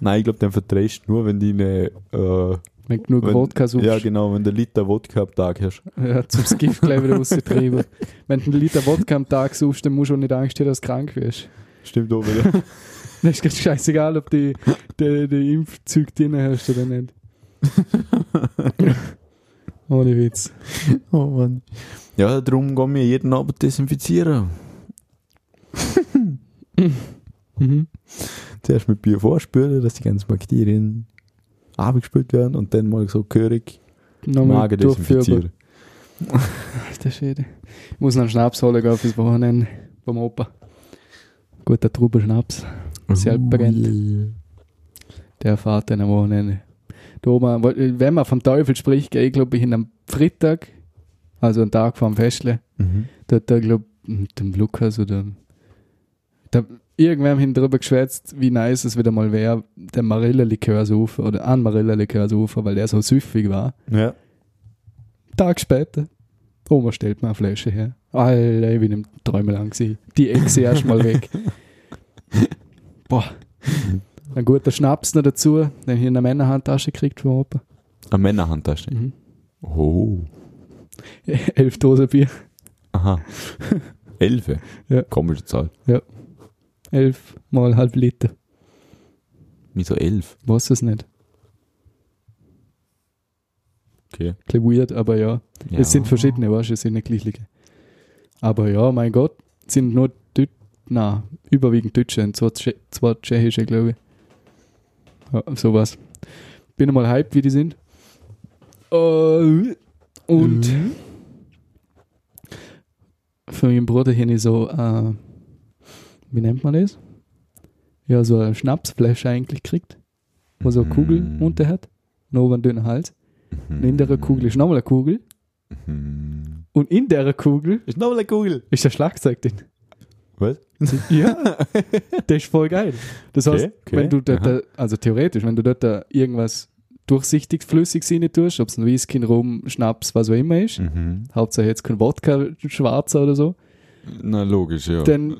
Nein, ich glaube, den verträgst du nur, wenn die eine. Äh, Wenn du genug Wenn- Wodka suchst, ja, ja, genau, wenn der Liter Wodka am Tag hast. zum Skiff gleich wieder raustreiben. Wenn du einen Liter Wodka am Tag suchst, dann musst du auch nicht Angst haben, dass du krank wirst. Stimmt auch wieder. Dann ist ganz scheißegal, ob du die, die, die Impfzeug drin hast oder nicht. Ohne Witz. oh Mann. Ja, darum gehen wir jeden Abend desinfizieren. Mhm. Zuerst mit Bier vorspülen, dass die ganzen Bakterien abgespült werden und dann mal so gehörig Nochmal Magen durchführen. desinfizieren. Alter Schwede. Ich muss noch einen Schnaps holen gehen fürs Wochenende beim Opa. Guter Trubel Schnaps. Oh, Selbst brennt. Der Vater in am Wochenende. Die Oma, woll- wenn man vom Teufel spricht, gehe ich glaube ich in am Freitag, also einen Tag vor dem Festle, Mhm. da, da glaube mit dem Lukas oder da irgendwem hin drüber geschwätzt, wie nice es wieder mal wäre, der Marilla-Likör zu rufen oder an Marilla-Likör zu rufen, weil der so süffig war. Ja. Tag später, Oma stellt mir eine Flasche her. Alter, ich bin im Träume lang gewesen. Die Echse erstmal weg. Boah. Ein guter Schnaps noch dazu, den ich in der Männerhandtasche kriegt vom Opa. Eine Männerhandtasche. Mhm. Oh. Elf Dosen Bier, Aha. Elfe. Ja. Komische Zahl. elf mal halb Liter. Wieso elf? Weiß es nicht. Okay. Ein bisschen weird, aber ja. Ja. Es sind verschiedene, weißt du, es sind nicht gleichliche. Aber ja, mein Gott, sind nur Deutsche, nein, überwiegend Deutsche und zwar, Tsche zwar Tschechische, glaube ich. Ja, sowas. Bin mal hyped, wie die sind. Äh, und Mhm. für meinen Bruder hier nicht so, äh, wie nennt man das? Ja, so eine Schnapsflasche eigentlich kriegt, wo so eine Kugel Mhm. unter hat, und oben einen dünnen Hals. Und in der Kugel ist nochmal eine Kugel. Mhm. Und in der Kugel Ist nochmal eine Kugel. ist der Schlagzeug drin. Was? Ja, das ist voll geil. Das heißt, Okay, okay, wenn du dort, aha. also theoretisch, wenn du dort da irgendwas durchsichtig, flüssig rein tust, ob es ein Whisky, ein Rum, Schnaps, was auch immer ist, Mhm. Hauptsache jetzt kein Wodka, Schwarzer oder so, Na, logisch, ja. dann,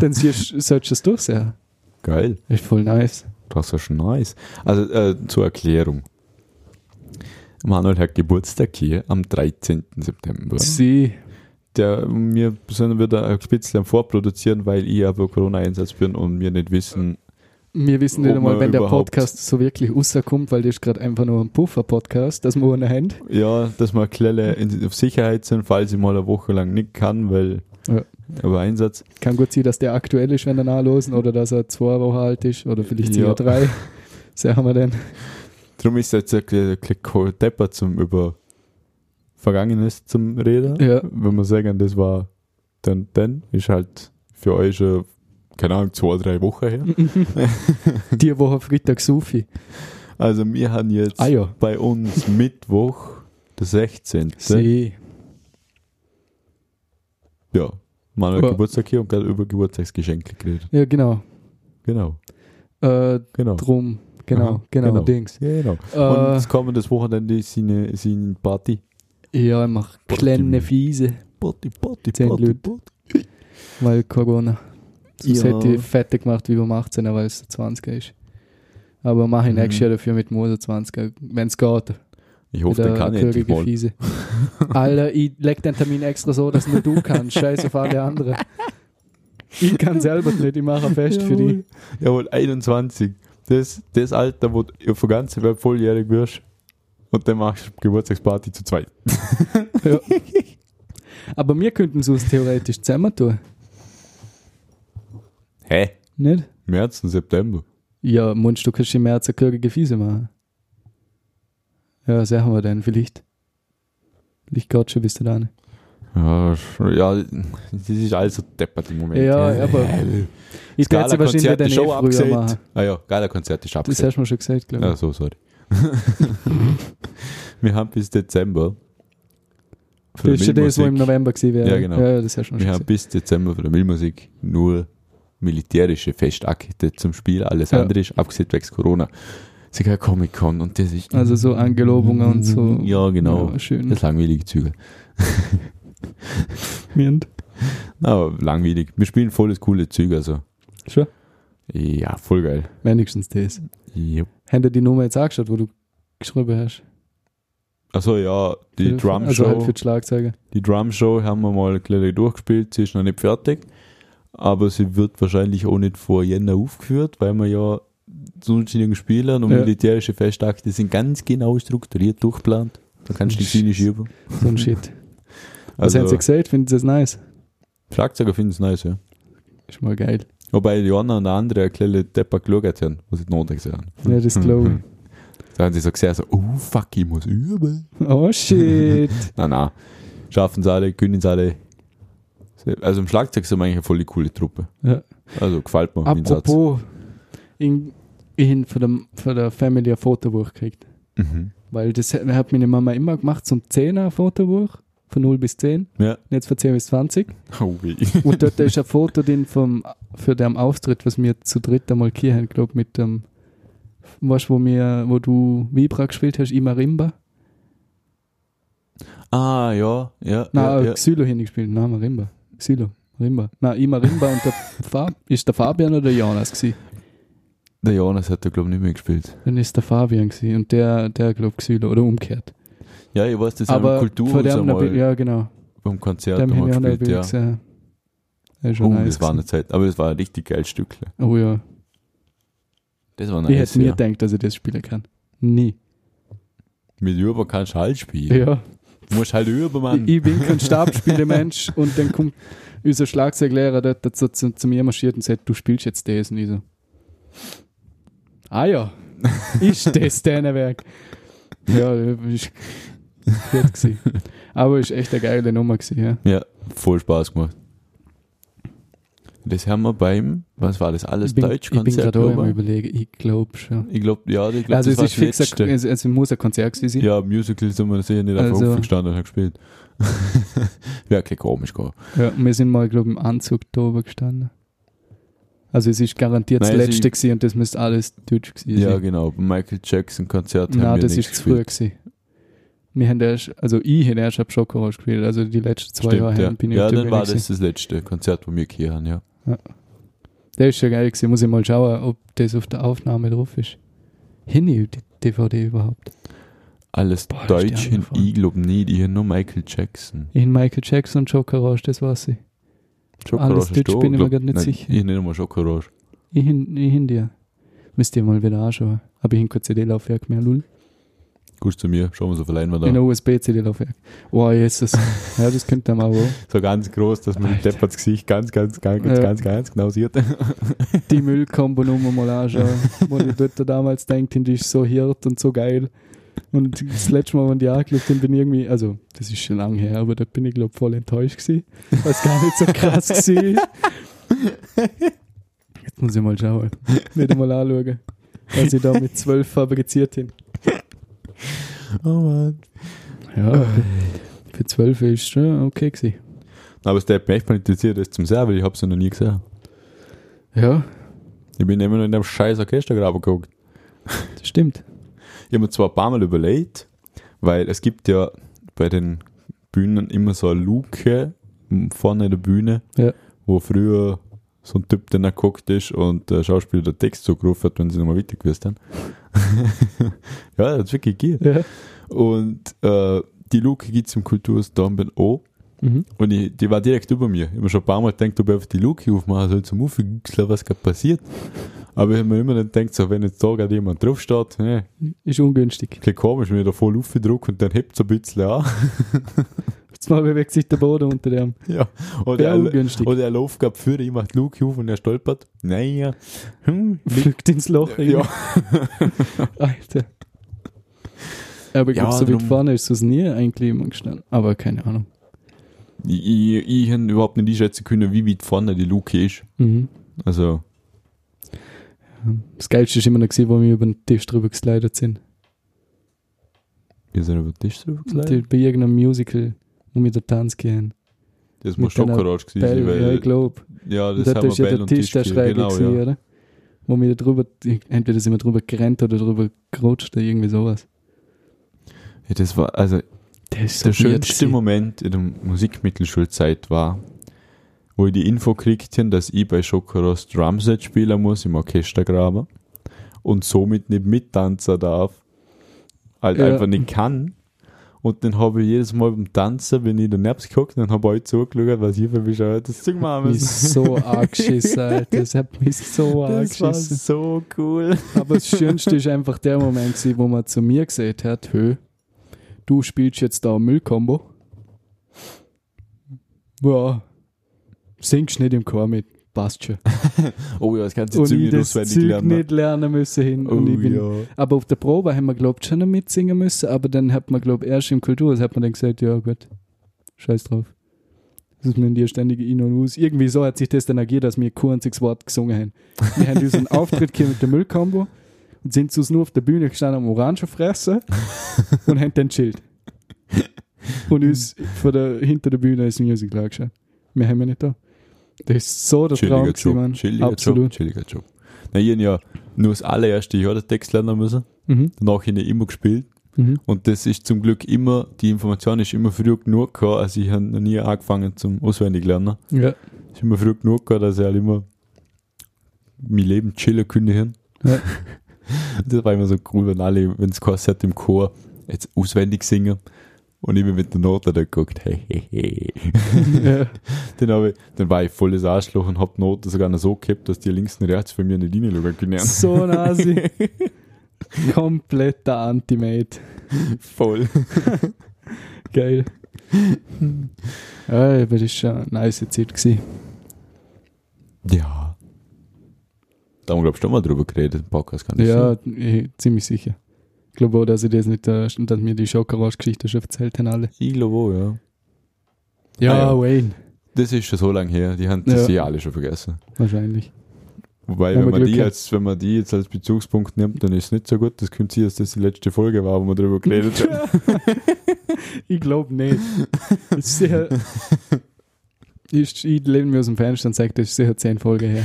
dann siehst, solltest du es durchsehen. Geil. Ist voll nice. Das ist schon nice. Also äh, zur Erklärung. Manuel hat Geburtstag hier am 13. September. Sie, Der, wir sind wieder ein bisschen am Vorproduzieren, weil ich aber Corona-Einsatz bin und wir nicht wissen. wir wissen nicht Ob einmal, man wenn der überhaupt- Podcast so wirklich rauskommt, weil das ist gerade einfach nur ein Puffer-Podcast, dass wir einen haben. Ja, dass wir Klelle in- auf Sicherheit sind, falls ich mal eine Woche lang nicht kann, weil Ja. aber Einsatz. Kann gut sein, dass der aktuell ist, wenn er nachlosen oder dass er zwei Wochen alt ist oder vielleicht Ja. sogar drei. Sagen wir denn. Darum ist es jetzt ein bisschen- ein bisschen depper zum über Vergangenes zum Reden. Ja. Wenn wir sagen, das war dann, dann ist halt für euch schon, keine Ahnung, zwei, drei Wochen her. Die Woche Freitag Sufi. Also wir haben jetzt Ah ja. bei uns Mittwoch, der 16. Sie. Ja. Manuel Ja. Geburtstag hier und gerade über Geburtstagsgeschenke geredet. Ja, genau. Genau, Äh, genau. drum. Genau, Aha, genau, genau. Dings. Genau. Und Äh, das kommendes Wochenende ist eine, ist eine Party. ja, ich mach kleine Fiese, Party, Party, Zehn Party, Leute. Party. weil Corona. Sonst Ja. hätte ich fertig gemacht, wie beim 18er, weil es 20er ist. Aber mache ich Mhm. nächstes Jahr dafür mit Moser 20er, wenn es geht. Ich hoffe, Wieder der kann eine endlich körige mal. Fiese. Alter, ich leg den Termin extra so, dass nur du kannst. Scheiß auf alle anderen. Ich kann selber nicht, ich mache ein Fest für Jawohl. die. Jawohl, 21. Das, das Alter, wo du von ganzer Welt volljährig wirst. Und dann machst du Geburtstagsparty zu zweit. Ja. Aber wir könnten es uns theoretisch zusammen tun, Hä? nicht? März und September. Ja, Mundstück kannst du im März eine körige Fiese machen. Ja, sagen wir dann, vielleicht. Vielleicht geht schon bis dahin. Ja, sch- ja, das ist alles so deppert im Moment. Ja, aber- Ich werde sie wahrscheinlich Gala-Konzert dann eh ist schon früher abgesagt. machen. Ah ja, Gala-Konzert ist Das abgesagt. hast du mir schon gesagt, glaube ich. Ah, so, sorry. wir haben bis Dezember. für das ist ja das, wo im Filmmusik- November gewesen wäre. Ja, genau. Ja, das hast du mir schon Wir haben gesagt. bis Dezember für die Milmusik nur militärische Festakte zum Spiel. Alles Ja. andere ist abgesehen wegen Corona. Sogar Comic-Con und das ist. Also so Angelobungen und so. Ja, genau. Ja, schön. Das langweilige Züge. Mirnd. Aber langweilig. Wir spielen volles coole Züge, also. Schon? Ja, voll geil. Wenigstens das. Yep. Haben dir die Nummer jetzt angeschaut, wo du geschrieben hast? Also ja, Für- die Drum-Show. Also halt für die Schlagzeuge. Die Drumshow haben wir mal gleich durchgespielt, sie ist noch nicht fertig, aber sie wird wahrscheinlich auch nicht vor Jänner aufgeführt, weil wir ja zu unterschiedlichen Spielern und Ja. militärische Festakte sind ganz genau strukturiert, durchplant. Da kannst du die Ziele schieben. So ein Shit. Was Also haben sie gesagt? Finden sie das nice? Schlagzeuger finden es nice, ja. Ist mal geil. Wobei die anderen und der andere ein kleines Depper geschaut haben, was ich notwendig sagen. Ja, das glaube Da haben sie so gesehen, so, oh fuck, ich muss üben. ich. Oh shit. Nein, nein. Schaffen es alle, können es alle. Also im Schlagzeug sind wir eigentlich eine voll coole Truppe. Ja. Also gefällt mir mein Satz. Apropos, in, ich habe von, dem- von der Family ein Fotobuch gekriegt. Mhm. Weil das hat, hat meine Mama immer gemacht, zum 10er ein Fotobuch. Von 0 bis 10. Ja. Und jetzt von 10 bis 20. Oh, weh. Und dort ist ein Foto drin vom, für den Auftritt, was wir zu dritt einmal hier haben, glaube mit dem, weißt du, wo, wir- wo du Vibra gespielt hast, Imarimba? Ah, ja, ja. Nein, ja, ja. äh, Xylo haben die gespielt. Nein, Marimba. Xylo. Rimba. Nein, Imarimba und der Fab, ist der Fabian oder der Jonas gewesen? Der Jonas hat da, glaube ich, nicht mehr gespielt. Dann ist der Fabian gewesen und der, der glaubt Xylo oder umgekehrt. Ja, ich weiß, das Aber haben Kultur von dem, einmal ja genau, beim Konzert dem haben habe ich auch noch wir gespielt, ja. übrigens, äh, äh, schon Oh, nice das war gewesen. eine Zeit. Aber das war ein richtig geiles Stück. Oh ja, Das war ich nice, hätte nie ja. gedacht, dass ich das spielen kann. Nie. Mit Über kannst du halt spielen. Ja, Du musst halt über, Mann. ich, ich bin kein Stabspielemensch und dann kommt unser Schlagzeuglehrer dort dazu, zu, zu mir marschiert und sagt, du spielst jetzt das und ich so. Ah ja, ist das dein Werk? Ja, ist gut gewesen. Aber ist echt eine geile Nummer gewesen, ja. Ja, voll Spaß gemacht. Das haben wir beim, was war das alles? ich bin, ich bin Deutschkonzert, gerade auch am glaube überlegen. Ich glaube schon. ich. Ich glaube, ja, ich glaube, also das es war ist das fix, letzte. ein, es, es muss ein Konzert gewesen sein. Ja, Musical sind wir sicher nicht einfach Also- aufgestanden und haben gespielt. Wäre okay komisch geworden. Ja, und wir sind mal, glaube ich, im Anzug da oben gestanden. Also es ist garantiert Nein, das also letzte ich- gewesen und das müsste alles deutsch gewesen Ja, sein. genau. Beim Michael Jackson Konzert haben Nein, wir das nicht ist zu früh gespielt. gewesen. Wir haben erst, also ich habe erst ab Schokorange gespielt, also die letzten zwei Jahre ja. haben- bin ich ja, auf der dann Bühne war gewesen. das das letzte Konzert, wo wir gehört haben, ja. Der ist schon geil gewesen. Muss ich mal schauen, ob das auf der Aufnahme drauf ist. Hinne die DVD überhaupt. Alles Boah, da ist die Deutsch Hand hin, voll. ich glaube nicht. Ich habe nur Michael Jackson. In Michael Jackson und Schokorange, das weiß ich. Schokorange Deutsch ist da, bin ich mir glaub- grad nicht nein, sicher. Ich nehme mal Schokorange. Ich hin, ich hin dir. Müsst ihr mal wieder anschauen. Hab ich ein CD-Laufwerk mehr, lul. Gut zu mir, schauen wir so verleihen wir da. In ein USB-CD-Laufwerk. Oh, Jesus. ja, das könnte man wohl. So ganz groß, dass man Alter. Depp das Gesicht ganz, ganz, ganz, ganz, Ja. ganz, ganz genau sieht. Die Müllkombo-Nummer mal anschauen. wo ich dort damals denkt, die ist so hirt und so geil. Und das letzte Mal, wenn die angeschaut haben, bin ich irgendwie, also das ist schon lange her, aber da bin ich, glaube ich, voll enttäuscht gewesen. Was gar nicht so krass gewesen ist. Jetzt muss ich mal schauen. Nicht einmal anschauen. Was ich da mit zwölf fabriziert habe. Oh Mann. Ja, für zwölf ist schon okay gewesen. Aber es hat mich echt mal interessiert, das zum Sehen, weil ich habe es noch nie gesehen. Ja, Ich bin immer noch in dem scheiß Orchestergraben geguckt. das stimmt. Ich habe mir zwar ein paar Mal überlegt, weil es gibt ja bei den Bühnen immer so eine Luke m, vorne der Bühne, Ja. wo früher so ein Typ, der da geguckt ist und der Schauspieler der Text zugerufen hat, wenn sie nochmal weiter gewusst haben. ja, das hat wirklich gegeben. Ja. Und äh, die Luke gibt es im Kulturhaus Dornbirn auch. Mhm. Und ich, die war direkt über mir. Ich habe mir schon ein paar Mal gedacht, ob ich einfach die Luke aufmachen soll zum Aufgüchseln, was gerade passiert. Aber ich habe mir immer dann gedacht, so, wenn jetzt da gerade jemand draufsteht, ne, Ist ungünstig. bisschen komisch, wenn ich da voll Luftdruck und dann hebt es ein bisschen an. Jetzt mal bewegt sich der Boden unter dem. ja. Oder, Wäre er, ungünstig. oder er läuft gerade für, ich mache die Luke auf und er stolpert. Naja. Hm. Pflückt ins Loch. rein. Ja. Alter. Aber ich Ja, glaube, so weit drum- vorne ist es nie eigentlich immer gestanden. Aber keine Ahnung. Ich, ich, ich hätte überhaupt nicht einschätzen können, wie weit vorne die Luke ist. Mhm. Also, Das Geilste ist immer noch gesehen, wo wir über den Tisch drüber geslidet sind. wir sind über den Tisch drüber Die, gelegt. bei irgendeinem Musical, wo wir da Tanz gehen. Das muss mit deiner Schokoratsch gewesen Bell, sein, ja, ich weil, glaube. ja, das Da haben ist wir ja Bell der und Tisch Tisch der gesehen, Schräge genau, gewesen, ja. oder? Wo wir da drüber, entweder sind wir drüber gerannt oder drüber gerutscht oder irgendwie sowas. ja. Das war, also, Das ist der schönste Moment in der Musikmittelschulzeit war, wo ich die Info kriegte, dass ich bei Schokoros Drumset spielen muss im Orchestergraben und somit nicht mittanzen darf. Halt Ja. einfach nicht kann. Und dann habe ich jedes Mal beim Tanzen, wenn ich den Nervs geguckt, dann habe ich euch zugeschaut, was ihr für bescheuertes Ding machen Mich müsst. so angeschissen, Alter. Das hat mich so Das war angeschissen. so cool. Aber das Schönste ist einfach der Moment, gewesen, wo man zu mir gesagt hat, hö, du spielst jetzt da Müllkombo. Ja, singst nicht im Chor mit, passt schon. Oh ja, das ganze Und Zeug ich nicht das auswendig Zeug lernen. nicht lernen müssen hin. Oh und ich bin, ja. Aber auf der Probe haben wir, glaubt schon noch mitsingen müssen, aber dann hat man, glaubt erst im Kulturhaus hat man dann gesagt, ja gut, scheiß drauf. Das ist mir die ständige In und Aus. Irgendwie so hat sich das dann agiert, dass wir kein einziges Wort gesungen haben. Wir haben unseren Auftritt hier mit der Müllkombo und sind sonst nur auf der Bühne gestanden am Orangen fressen und haben dann chillt. Und uns von der, hinter der Bühne ist Musical angeschaut. Wir haben ja nicht da. Das ist so der Traum Chilliger gewesen, Job. Mann. Chilliger Job. Absolut. Chilliger Job. Na, ich hab ja nur das allererste Jahr den Text lernen müssen. Mhm. Danach habe ich immer gespielt. Mhm. Und das ist zum Glück immer, die Information ist immer früh genug gehabt. Also ich habe noch nie angefangen zum auswendig lernen. Ja. Ist immer früh genug gehabt, dass ich halt immer mein Leben chillen kündigen. Ja. Das war immer so cool, wenn alle, wenn es geheißen hat im Chor, jetzt auswendig singen. Und ich bin mit der Note da geguckt, hey, hey, hey. ja. Dann, hab ich, dann war ich volles Arschloch und hab die Note sogar noch so gehabt, dass die links und rechts von mir nicht hineinschauen können. So nasi. Kompletter Antimate. Voll. Geil. ja, aber das ist schon eine nice Zeit gewesen. Ja. Da haben wir, glaube ich, schon mal drüber geredet im Podcast, kann ich Ja, sagen. ich, ziemlich sicher. Ich glaube auch, dass ich das nicht, äh, dass mir die Schokorange-Geschichte schon erzählt haben alle. Ich glaube auch, ja. Ja, Ah ja. Wayne. das ist schon so lange her, die haben das Ja. eh alle schon vergessen. wahrscheinlich. Wobei, Wenn wenn, wir man Glück die haben. als, wenn man die jetzt als Bezugspunkt nimmt, dann ist es nicht so gut. Das kommt sie, dass das die letzte Folge war, wo wir darüber geredet haben. Ich glaube nicht. Ist sicher. Ist, ich lehne mich aus dem Fenster und sage, das ist sicher zehn Folgen her.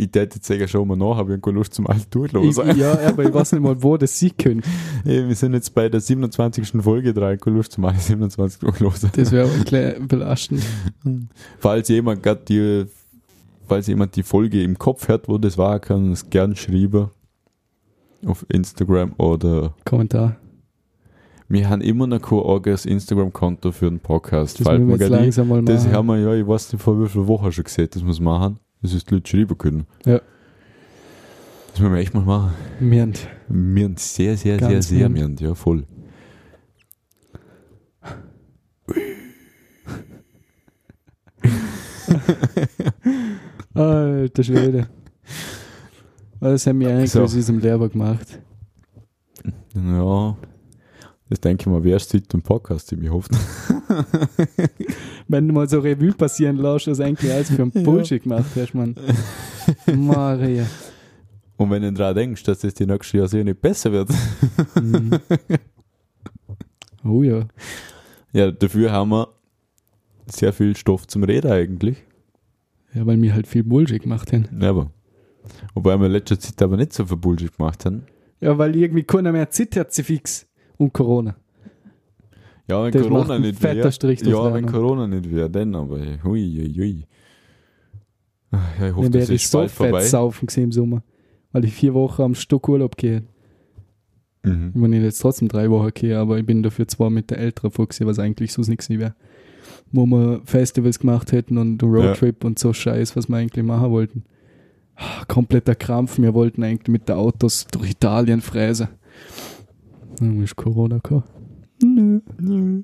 Ich täte jetzt sagen, schauen wir nach, habe ich keine Lust zum alten Ich, Durchlosen. ja, aber ich weiß nicht mal, wo das sie können. Ey, wir sind jetzt bei der 27. Folge, drei keine Lust zum alten 27 Durchlosen. Das wäre ein klein belastend. Falls jemand gerade die, falls jemand die Folge im Kopf hat, wo das war, kann es gern schreiben. Auf Instagram oder Kommentar. wir haben immer noch kein eigenes Instagram-Konto für den Podcast. Das Falls müssen wir wir jetzt gerade langsam mal machen. Das haben wir ja, ich weiß nicht vor wie vielen Wochen schon gesehen, dass wir es machen. Das ist die Leute schreiben können. Ja. Das müssen wir echt mal machen. Mirnd. Wir sind sehr, sehr, Ganz sehr, sehr mirnd. mirnd, ja, voll. Alter Schwede. Aber Das haben wir eigentlich So. aus diesem Lehrer gemacht. Ja. Das denke ich mal, wer sieht den Podcast, ich hoffe. Wenn du mal so Revue passieren lässt, was eigentlich alles für ein Ja. Bullshit gemacht hast, Mann. Maria. Und wenn du dran denkst, dass das die nächste Jahr sehr nicht besser wird. Mhm. Oh ja. Ja, dafür haben wir sehr viel Stoff zum Reden eigentlich. Ja, weil wir halt viel Bullshit gemacht haben. Ja, Aber. Wobei wir in letzter Zeit aber nicht so viel Bullshit gemacht haben. Ja, weil irgendwie keiner mehr Zeit hat, sie fix. Und Corona. Ja, wenn Das macht Corona einen nicht fetter wäre. Strich durchs Ja, wenn Lernen. Corona nicht wäre, dann aber. ey, Hui, hui, hui. Ach, Ja, ich hoffe, Dann das wäre ist ich so bald fett vorbei. saufen gesehen im Sommer. Weil ich vier Wochen am Stück Urlaub gehe. Ich Mhm. meine, ich jetzt trotzdem drei Wochen okay, aber ich bin dafür zwar mit der älteren Fuchse, was eigentlich sonst nichts wäre. Wo wir Festivals gemacht hätten und Roadtrip und so Scheiß, was wir eigentlich machen wollten. Ah, Kompletter Krampf, wir wollten eigentlich mit den Autos durch Italien fräsen. Dann ist Corona gekommen. Nö. Nö.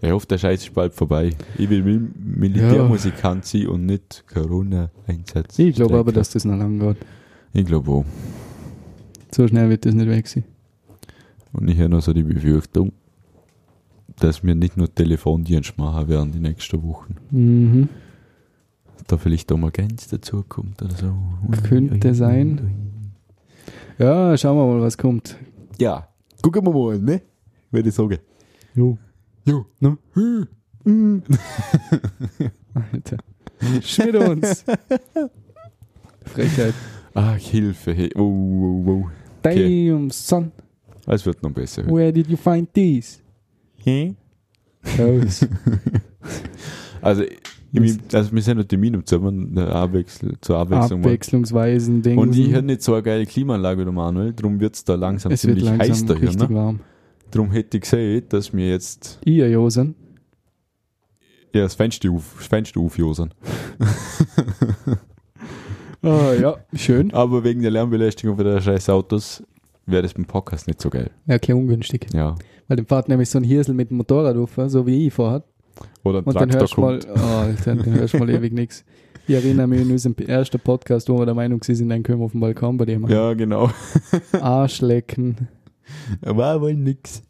Ja, Ich hoffe, der Scheiß ist bald vorbei. Ich will Mil Militärmusikant sein und nicht Corona-Einsatz. Ich glaube aber, dass das noch lang geht. Ich glaube auch. So schnell wird das nicht weg sein. Und ich habe noch so die Befürchtung, dass wir nicht nur Telefondienst machen werden die nächsten Wochen. Mhm. Da vielleicht auch mal ganz dazukommt oder so. Ui, Könnte sein. Ja, schauen wir mal, was kommt. Ja, gucken wir mal, ne? Würde ich sagen. Jo. Jo. Ne? Hm. Alter. Schmied uns. Frechheit. Ach, Hilfe. Hey. Oh, oh, oh. Okay. Damn, son. Es wird noch besser. Where did you find these? Hä? Raus. Also, ich, ich- also, wir sind noch Termin um Zimmer, eine Abwechsel, zur Abwechslung. mal. Abwechslungsweisen Dinge. Und ich habe nicht so eine geile Klimaanlage wie der Manuel, darum wird es da langsam es wird ziemlich langsam heiß da hier. richtig Ne? warm. Darum hätte ich gesehen, dass wir jetzt Ihr Josen, ja, das Fenster, auf, das Fenster aufjosen. Ah, ja, schön. Aber wegen der Lärmbelästigung von der scheiß Autos wäre das beim Podcast nicht so geil. Ja, okay, ungünstig. Ja. Weil dann fährt nämlich so ein Hirsel mit dem Motorrad auf, äh, so wie ich vorhat. Oder ein Und dann Traktor hörst du mal, kommt. oh, Alter, dann hörst du mal ewig nichts. Ich erinnere mich an unseren ersten Podcast, wo wir der Meinung sind, dann können wir auf dem Balkon bei dir machen. Ja, genau. Arschlecken. War wohl nix.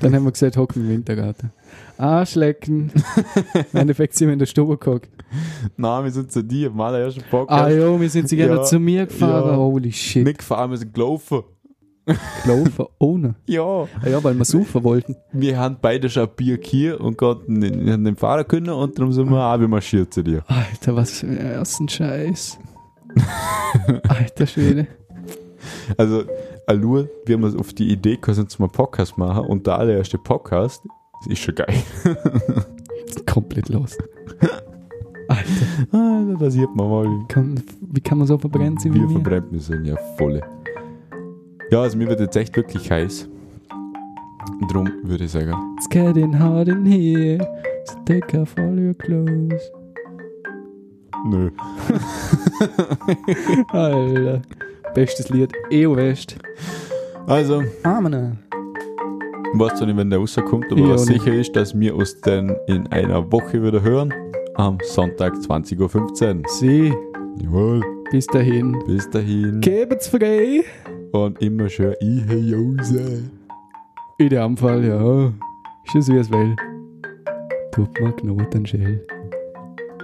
Dann haben wir gesagt, hocken im Wintergarten. Arschlecken. Im Endeffekt sind wir in der Stube gehockt. Nein, wir sind zu dir, mal der erste Podcast. Ah jo, wir sind sie gerne Ja, zu mir gefahren. ja. Holy shit. Nicht gefahren, wir sind gelaufen. Laufen ohne. Ja. Ah ja, weil wir saufen wollten. Wir haben beide schon ein Bier hier und konnten den, wir haben den Fahrer können und darum sind wir auch marschiert zu dir. Alter, was für ein ersten Scheiß. Alter Schwede. Also, Alur, wir haben uns auf die Idee gekommen, zum Podcast machen und der allererste Podcast das ist schon geil. Komplett los. Alter, Ah, da passiert man mal. kann, wie kann man so verbrennt sein wie Wir mir? verbrennen wir sind ja volle. Ja, also mir wird jetzt echt wirklich heiß. Drum würde ich sagen, It's getting hot in here. So take off all your clothes. nö. Alter. Bestes Lied. EO West. Also, Amena. Weißt du nicht, wenn der rauskommt, aber Ich was auch nicht. sicher ist, dass wir uns dann in einer Woche wieder hören. Am Sonntag 20.15 Uhr. Sie. Jawohl. Bis dahin. Bis dahin. Gebet's frei. Und immer schön Ihejose. In dem Fall, ja. Ist es wie es will. tut mir Knoten schell.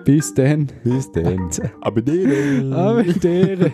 Bis dann. Bis dann. Alter. Abonnieren. Abendere.